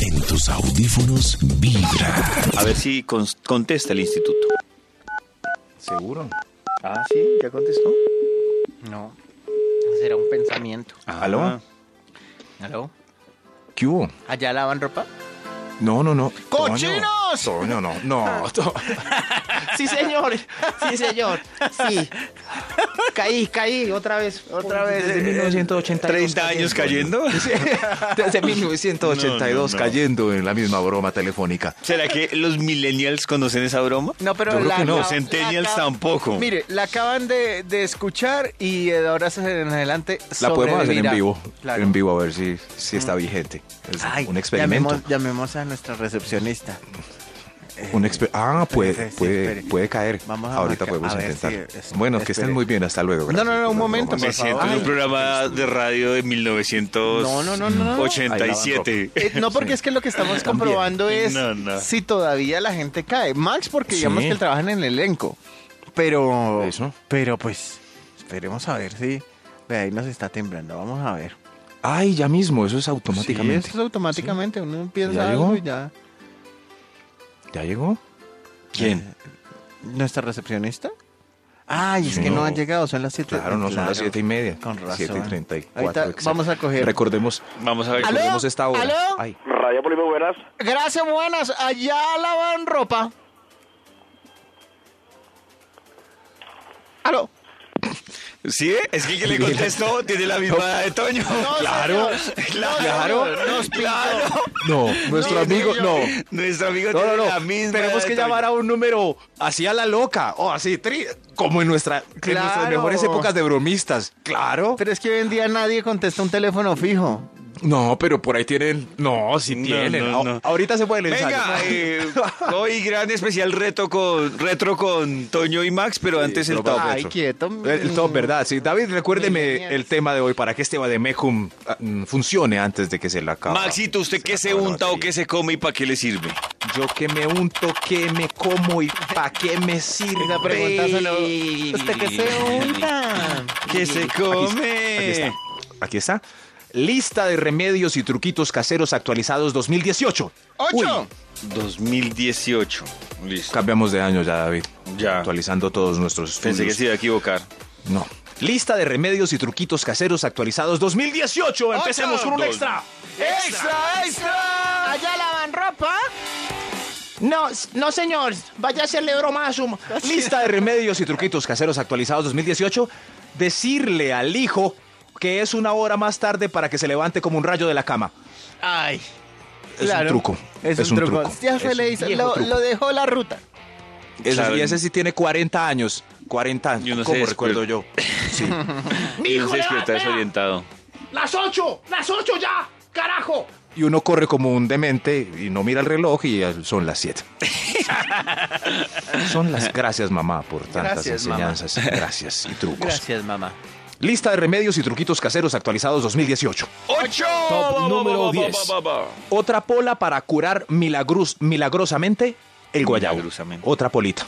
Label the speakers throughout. Speaker 1: En tus audífonos vibra.
Speaker 2: A ver si cons- contesta el instituto.
Speaker 3: ¿Seguro?
Speaker 2: Ah, sí, ya contestó.
Speaker 4: No, será un pensamiento.
Speaker 2: ¿Aló?
Speaker 4: ¿Aló?
Speaker 3: ¿Qué hubo?
Speaker 4: ¿Allá lavan ropa?
Speaker 3: No, no, no.
Speaker 4: ¡Cochinos!
Speaker 3: Toño, no, no. to-
Speaker 4: Sí, señor. Sí, señor. Sí. Caí, caí otra vez. Otra vez.
Speaker 3: Desde 1982.
Speaker 2: 30 años cayendo.
Speaker 3: Desde 1982
Speaker 2: No, no, no.
Speaker 3: cayendo en la misma broma telefónica.
Speaker 2: ¿Será que los millennials conocen esa broma?
Speaker 4: No, pero
Speaker 3: Yo creo
Speaker 4: la,
Speaker 3: que no.
Speaker 4: la-
Speaker 2: Centennials
Speaker 4: la acab-
Speaker 2: tampoco.
Speaker 4: Mire, la acaban de, de escuchar y de ahora en adelante
Speaker 3: La podemos hacer en
Speaker 4: sobrevivirá.
Speaker 3: vivo.
Speaker 4: Claro.
Speaker 3: En vivo, a ver si, si está vigente. Es
Speaker 4: Ay,
Speaker 3: un experimento.
Speaker 4: Llamemos, llamemos a nuestra recepcionista.
Speaker 3: Un exper- ah, puede,
Speaker 4: sí,
Speaker 3: puede,
Speaker 4: espere.
Speaker 3: puede caer.
Speaker 4: Vamos a
Speaker 3: Ahorita
Speaker 4: marcar,
Speaker 3: podemos
Speaker 4: a ver
Speaker 3: intentar.
Speaker 4: si es-
Speaker 3: bueno, que
Speaker 4: espere.
Speaker 3: estén muy bien. Hasta luego.
Speaker 4: no,
Speaker 3: gracias
Speaker 4: no,
Speaker 3: por la
Speaker 4: un momento,
Speaker 3: información.
Speaker 2: Me siento
Speaker 4: por
Speaker 2: en
Speaker 4: favor.
Speaker 2: un programa de radio de
Speaker 4: No, no, no, no, no.
Speaker 2: 1987.
Speaker 4: Eh, no, porque es que lo que estamos comprobando es
Speaker 2: No, no.
Speaker 4: si todavía la gente cae. Max, porque digamos
Speaker 3: Sí.
Speaker 4: que él trabaja en el elenco. Pero.
Speaker 3: Eso.
Speaker 4: Pero pues, esperemos a ver si. De ahí nos está temblando. Vamos a ver.
Speaker 3: Ay, ya mismo. Eso es
Speaker 4: Sí,
Speaker 3: automáticamente.
Speaker 4: eso es automáticamente. Uno empieza
Speaker 3: ¿Ya
Speaker 4: algo
Speaker 3: llegó?
Speaker 4: y ya.
Speaker 3: ¿Ya llegó?
Speaker 2: ¿Quién?
Speaker 3: Eh,
Speaker 4: ¿Nuestra recepcionista? Ay, es
Speaker 3: Sí.
Speaker 4: que no han llegado, son las 7.
Speaker 3: Claro, no, son las siete y media.
Speaker 4: Con razón.
Speaker 3: Siete y treinta y cuatro,
Speaker 4: Ahorita
Speaker 3: exacto.
Speaker 4: vamos a coger.
Speaker 3: Recordemos,
Speaker 2: Vamos a ver.
Speaker 4: ¿Aló?
Speaker 3: recordemos esta hora.
Speaker 4: ¿Aló?
Speaker 3: Ay,
Speaker 5: Radio Polipo, buenas.
Speaker 4: Gracias, buenas. Allá lavan ropa. Aló.
Speaker 2: Sí, es que el que le contestó tiene la misma edad de Toño.
Speaker 4: No,
Speaker 2: claro,
Speaker 4: señor.
Speaker 2: claro,
Speaker 4: No, señor. Nos pilló.
Speaker 2: claro.
Speaker 3: no, nuestro
Speaker 4: no,
Speaker 3: amigo,
Speaker 4: no.
Speaker 3: no.
Speaker 2: Nuestro amigo
Speaker 3: No,
Speaker 2: tiene
Speaker 3: no,
Speaker 2: la
Speaker 3: no.
Speaker 2: misma.
Speaker 3: Tenemos que llamar a un número así a la loca o así, tri- como en, nuestra, en nuestras
Speaker 4: Claro.
Speaker 3: mejores épocas de bromistas. Claro.
Speaker 4: Pero es que hoy en día nadie contesta un teléfono fijo.
Speaker 3: No, pero por ahí tienen. No, si
Speaker 2: No,
Speaker 3: tienen.
Speaker 2: no,
Speaker 3: A-
Speaker 2: no.
Speaker 3: Ahorita se puede el ensayo.
Speaker 2: Venga, eh, hoy gran especial reto con retro con Toño y Max, pero antes el
Speaker 3: pero
Speaker 2: top. mm.
Speaker 3: va-
Speaker 4: Ay,
Speaker 3: retro.
Speaker 4: quieto.
Speaker 3: El, el top, ¿verdad? Sí, David, recuérdeme
Speaker 4: Millennials.
Speaker 3: el tema de hoy para que este de Mecum funcione antes de que se la acabe.
Speaker 2: Maxito, ¿usted qué se unta o qué se come y para qué le sirve?
Speaker 3: Yo que me unto, que me como y pa' qué me sirve.
Speaker 4: Esa pregunta solo- ¿Usted qué se unta?
Speaker 2: ¿Qué se
Speaker 3: Aquí
Speaker 2: come?
Speaker 3: está. Aquí está. Lista de remedios y truquitos caseros actualizados 2018.
Speaker 4: ¡Ocho!
Speaker 3: Uy,
Speaker 2: 2018. Listo.
Speaker 3: cambiamos de año ya, David.
Speaker 2: Ya.
Speaker 3: Actualizando todos nuestros
Speaker 2: Pensé que
Speaker 3: estudios.
Speaker 2: se iba a equivocar.
Speaker 3: No. Lista de remedios y truquitos caseros actualizados 2018. Empecemos con un
Speaker 2: Dos.
Speaker 3: extra.
Speaker 4: ¡Extra, extra! Allá lavan ropa.
Speaker 3: No, no señor, vaya a hacerle broma a su... Lista de remedios y truquitos caseros actualizados 2018. Decirle al hijo que es una hora más tarde para que se levante como un rayo de la cama.
Speaker 4: Ay.
Speaker 3: Es un truco.
Speaker 4: Es, un, truco. Ya
Speaker 3: Es
Speaker 4: se le
Speaker 3: un
Speaker 4: dice,
Speaker 3: viejo
Speaker 4: lo,
Speaker 3: truco.
Speaker 4: lo dejó la ruta.
Speaker 3: Ese-
Speaker 2: Claro.
Speaker 3: y ese sí tiene 40 años.
Speaker 2: Y
Speaker 3: 40 años.
Speaker 2: uno se
Speaker 3: como
Speaker 2: despierta.
Speaker 3: recuerdo yo.
Speaker 2: Y él se despierta desorientado.
Speaker 6: ¡Las ocho! ¡Las ocho ya! ¡Carajo!
Speaker 3: Y uno corre como un demente y no mira el reloj y ya son las 7. son las gracias, mamá, por tantas
Speaker 4: Gracias, mamá.
Speaker 3: enseñanzas. Gracias y trucos.
Speaker 4: mamá.
Speaker 3: Lista de remedios y truquitos caseros actualizados 2018.
Speaker 2: ¡Ocho!
Speaker 3: Top
Speaker 2: Ba, ba,
Speaker 3: número
Speaker 2: ba, ba,
Speaker 3: 10.
Speaker 2: ba, ba, ba.
Speaker 3: Otra pola para curar milagrus- milagrosamente el guayabo.
Speaker 2: Milagrosamente.
Speaker 3: Otra polita.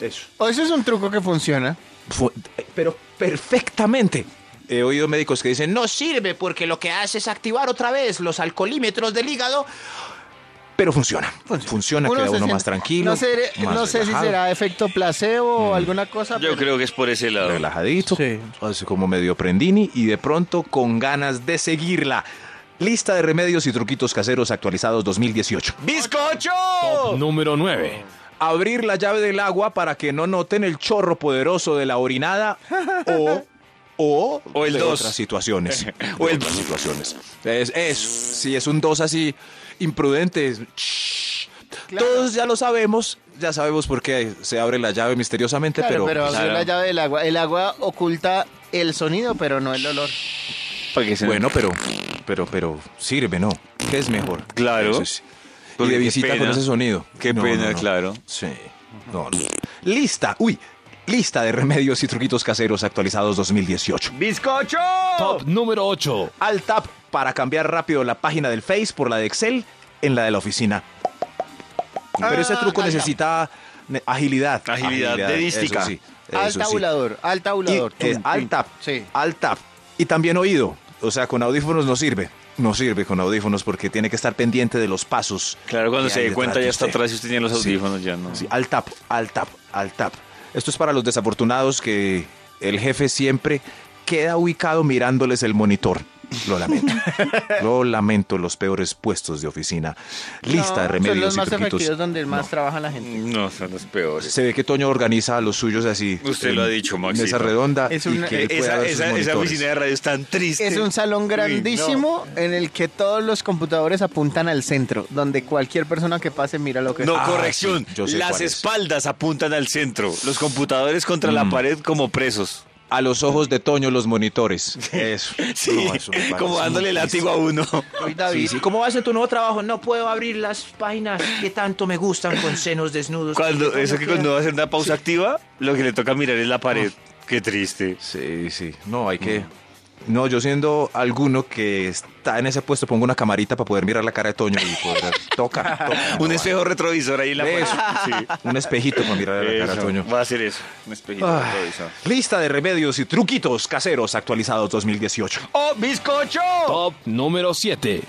Speaker 3: Eso.
Speaker 4: O eso es un truco que funciona.
Speaker 3: Fu- pero perfectamente. He oído médicos que dicen, no sirve porque lo que hace es activar otra vez los alcoholímetros del hígado. Pero funciona. Funciona, queda
Speaker 4: se
Speaker 3: uno
Speaker 4: siente-
Speaker 3: más tranquilo.
Speaker 4: No sé,
Speaker 3: más
Speaker 4: no sé si
Speaker 3: relajado, Mm.
Speaker 4: será efecto placebo o alguna cosa.
Speaker 2: Yo
Speaker 4: pero-
Speaker 2: creo que es por ese lado.
Speaker 3: Relajadito.
Speaker 4: Sí.
Speaker 3: así como medio prendini y de pronto con ganas de seguirla. Lista de remedios y truquitos caseros actualizados 2018.
Speaker 2: ¡Bizcocho!
Speaker 1: Número 9.
Speaker 3: Abrir la llave del agua para que no noten el chorro poderoso de la orinada o... O,
Speaker 2: O el
Speaker 3: de
Speaker 2: dos.
Speaker 3: otras situaciones.
Speaker 2: O el-
Speaker 3: De otras situaciones. Es, es, si es un dos así imprudente. es- Shh.
Speaker 4: Claro.
Speaker 3: Todos ya lo sabemos. Ya sabemos por qué se abre la llave misteriosamente,
Speaker 4: Claro, pero,
Speaker 3: pero...
Speaker 4: abrir la llave del agua. El agua oculta el sonido, pero no el olor.
Speaker 2: Para que se-
Speaker 3: Bueno, pero, pero, pero sirve, ¿no? ¿Qué es mejor?
Speaker 2: Claro.
Speaker 3: Eso sí. Y
Speaker 2: Porque
Speaker 3: de
Speaker 2: qué
Speaker 3: visita con
Speaker 2: pena.
Speaker 3: ese sonido.
Speaker 2: Qué pena, claro.
Speaker 3: Sí. No, no. Lista, uy, lista de remedios y truquitos caseros actualizados 2018.
Speaker 2: ¡Bizcocho!
Speaker 1: Top número 8.
Speaker 3: Al tap para cambiar rápido la página del Face por la de Excel en la de la oficina. Pero ese truco necesita ne- agilidad.
Speaker 2: Ah, Agilidad, dedística.
Speaker 3: eso sí, eso
Speaker 4: Al
Speaker 3: sí.
Speaker 4: tabulador, al tabulador.
Speaker 3: Y, eh,
Speaker 4: Tum,
Speaker 3: al
Speaker 4: tum.
Speaker 3: tap.
Speaker 4: Sí.
Speaker 3: Al tap. Y también oído. O sea, con audífonos no sirve. no sirve con audífonos porque tiene que estar pendiente de los pasos.
Speaker 2: Claro, cuando
Speaker 3: que
Speaker 2: se
Speaker 3: hay
Speaker 2: dé
Speaker 3: detrás
Speaker 2: cuenta
Speaker 3: de
Speaker 2: ya está
Speaker 3: usted.
Speaker 2: atrás y usted tiene los
Speaker 3: Sí.
Speaker 2: audífonos ya, ¿no?
Speaker 3: Sí, al tap, al tap, al tap. Esto es para los desafortunados que el jefe siempre queda ubicado mirándoles el monitor. Lo lamento. Lo lamento, los peores puestos de oficina. Lista de
Speaker 4: No,
Speaker 3: remedios
Speaker 4: Son los
Speaker 3: y
Speaker 4: más
Speaker 3: truquitos.
Speaker 4: efectivos donde más trabaja la gente.
Speaker 2: No, son los peores.
Speaker 3: Se ve que Toño organiza a los suyos así.
Speaker 2: Usted
Speaker 3: en
Speaker 2: lo ha dicho, Maxito.
Speaker 3: Mesa redonda.
Speaker 4: Es
Speaker 3: y
Speaker 4: una-
Speaker 3: que le pueda
Speaker 2: esa,
Speaker 3: dar sus
Speaker 2: esa- esa
Speaker 3: monitores.
Speaker 2: oficina de radio es tan triste.
Speaker 4: Es un salón grandísimo en el que todos los computadores apuntan al centro, donde cualquier persona que pase mira lo que
Speaker 2: No,
Speaker 4: está.
Speaker 2: corrección.
Speaker 3: Ah, sí, yo sé
Speaker 2: Las
Speaker 3: cuál es. Mm.
Speaker 2: espaldas apuntan al centro. Los computadores contra la pared como presos.
Speaker 3: A los ojos de Toño, los monitores. Eso.
Speaker 2: Sí,
Speaker 3: No, eso me parece
Speaker 2: como dándole
Speaker 3: muy
Speaker 2: látigo a uno.
Speaker 4: Hoy David,
Speaker 6: Sí, sí, ¿Cómo vas en tu nuevo trabajo? No puedo abrir las páginas que tanto me gustan con senos desnudos.
Speaker 2: Cuando, eso que cuando va a hacer una pausa
Speaker 6: Sí.
Speaker 2: activa, lo que le toca mirar es la pared.
Speaker 3: Ah.
Speaker 2: Qué triste.
Speaker 3: Sí, sí. No, hay que.
Speaker 2: Mm.
Speaker 3: No, yo siendo alguno que está en ese puesto, pongo una camarita para poder mirar la cara de Toño y poder. toca, toca.
Speaker 2: Un espejo retrovisor ahí en la pared.
Speaker 3: Eso.
Speaker 2: Sí.
Speaker 3: Un espejito para mirar la cara de
Speaker 2: Eso,
Speaker 3: Toño.
Speaker 2: Va a ser eso. Un espejito
Speaker 3: Ah,
Speaker 2: retrovisor.
Speaker 3: lista de remedios y truquitos caseros actualizados 2018.
Speaker 2: ¡Oh, bizcocho!
Speaker 1: Top número 7.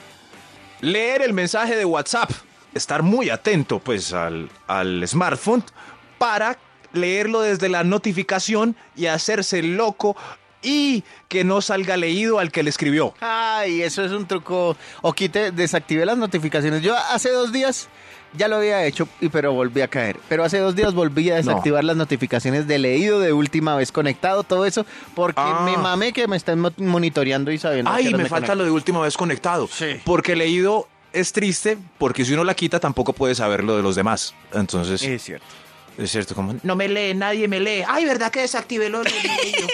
Speaker 3: leer el mensaje de WhatsApp, estar muy atento pues al, al smartphone para leerlo desde la notificación y hacerse el loco y que no salga leído al que le escribió.
Speaker 4: Ay, eso es un truco. O quite, desactivé las notificaciones. Yo hace dos días ya lo había hecho, y- pero volví a caer. Pero hace dos días volví a desactivar las notificaciones de leído, de última vez conectado, todo eso, porque
Speaker 3: Ah.
Speaker 4: me mamé que me están mo- monitoreando y sabiendo. que
Speaker 3: Ay,
Speaker 4: ahora
Speaker 3: me falta lo de última vez conectado.
Speaker 4: Sí.
Speaker 3: Porque leído es triste porque si uno la quita tampoco puede saber lo de los demás. Entonces,
Speaker 4: conecto. Es cierto.
Speaker 3: es cierto como...
Speaker 6: No me lee, nadie me lee. Ay, ¿verdad que desactivé lo del video?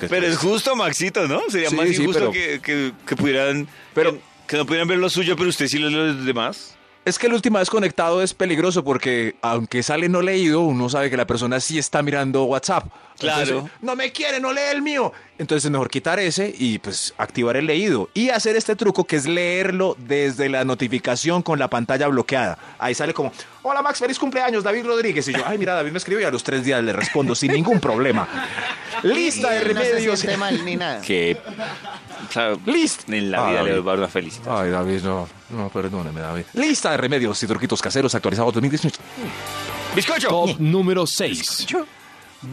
Speaker 3: que-
Speaker 2: Pero es justo, Maxito, ¿no? Sería
Speaker 3: Sí,
Speaker 2: más
Speaker 3: sí,
Speaker 2: injusto
Speaker 3: pero-
Speaker 2: que, que- que pudieran.
Speaker 3: Pero-
Speaker 2: que, que no pudieran ver lo suyo, pero usted sí lo de los demás.
Speaker 3: Es que el última vez conectado es peligroso porque aunque sale no leído, uno sabe que la persona sí está mirando WhatsApp.
Speaker 2: Claro.
Speaker 3: Entonces, no me quiere, no lee el mío. Entonces es mejor quitar ese y pues activar el leído. Y hacer este truco que es leerlo desde la notificación con la pantalla bloqueada. Ahí sale como, hola Max, feliz cumpleaños, David Rodríguez. Y yo, ay mira, David me escribió y a los tres días le respondo sin ningún problema. Lista de
Speaker 4: Y no se
Speaker 3: remedios.
Speaker 4: siente mal ni nada.
Speaker 2: Que. O sea,
Speaker 3: Listo.
Speaker 2: En la
Speaker 3: Ah,
Speaker 2: vida le
Speaker 3: David.
Speaker 2: voy a dar una felicidad.
Speaker 3: Ay, David, no, no, perdóneme, David. Lista de remedios y truquitos caseros actualizados 2018.
Speaker 2: ¡Bizcocho!
Speaker 1: Top número 6.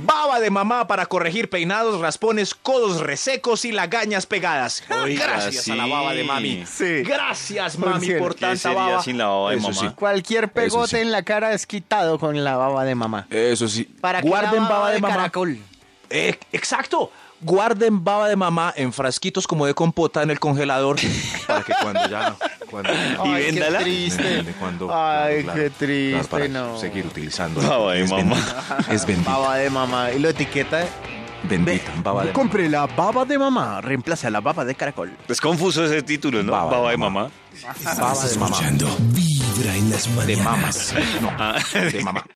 Speaker 3: Baba de mamá para corregir peinados, raspones, codos resecos y lagañas pegadas.
Speaker 2: Oiga,
Speaker 3: Ah, Gracias a la
Speaker 2: sí.
Speaker 3: baba de mami.
Speaker 4: Sí.
Speaker 3: Gracias,
Speaker 4: Por
Speaker 3: mami,
Speaker 4: cierto.
Speaker 3: por
Speaker 2: ¿Qué
Speaker 3: tanta
Speaker 2: sería
Speaker 3: baba.
Speaker 2: sin la baba de
Speaker 3: Eso
Speaker 2: mamá?
Speaker 3: sí.
Speaker 4: Cualquier pegote
Speaker 3: sí.
Speaker 4: en la cara es quitado con la baba de mamá.
Speaker 3: Eso sí.
Speaker 4: Para que la
Speaker 3: Guarden
Speaker 4: baba
Speaker 3: baba de,
Speaker 4: de
Speaker 3: mamá.
Speaker 4: caracol.
Speaker 3: Eh, exacto. Guarden baba de mamá en frasquitos como de compota en el congelador para que cuando ya cuando
Speaker 2: Y
Speaker 4: Ay, qué
Speaker 2: véndala.
Speaker 4: triste.
Speaker 3: Cuando- cuando- claro,
Speaker 4: Ay, qué
Speaker 3: claro, claro,
Speaker 4: triste,
Speaker 3: para
Speaker 4: no.
Speaker 3: Seguir utilizando.
Speaker 2: Baba de
Speaker 3: es
Speaker 2: mamá.
Speaker 3: bendita, Es bendita,
Speaker 4: Baba de mamá. Y lo etiqueta.
Speaker 3: bendita, baba de
Speaker 4: Compre la baba de mamá. Reemplaza la baba de caracol.
Speaker 2: Es confuso ese título, ¿no?
Speaker 3: Baba
Speaker 2: Baba,
Speaker 3: de
Speaker 2: de
Speaker 3: mamá.
Speaker 2: mamá.
Speaker 3: baba de mamá.
Speaker 1: Escuchando Vibra en las
Speaker 3: De
Speaker 1: mañanas.
Speaker 3: mamas. No, de mamá.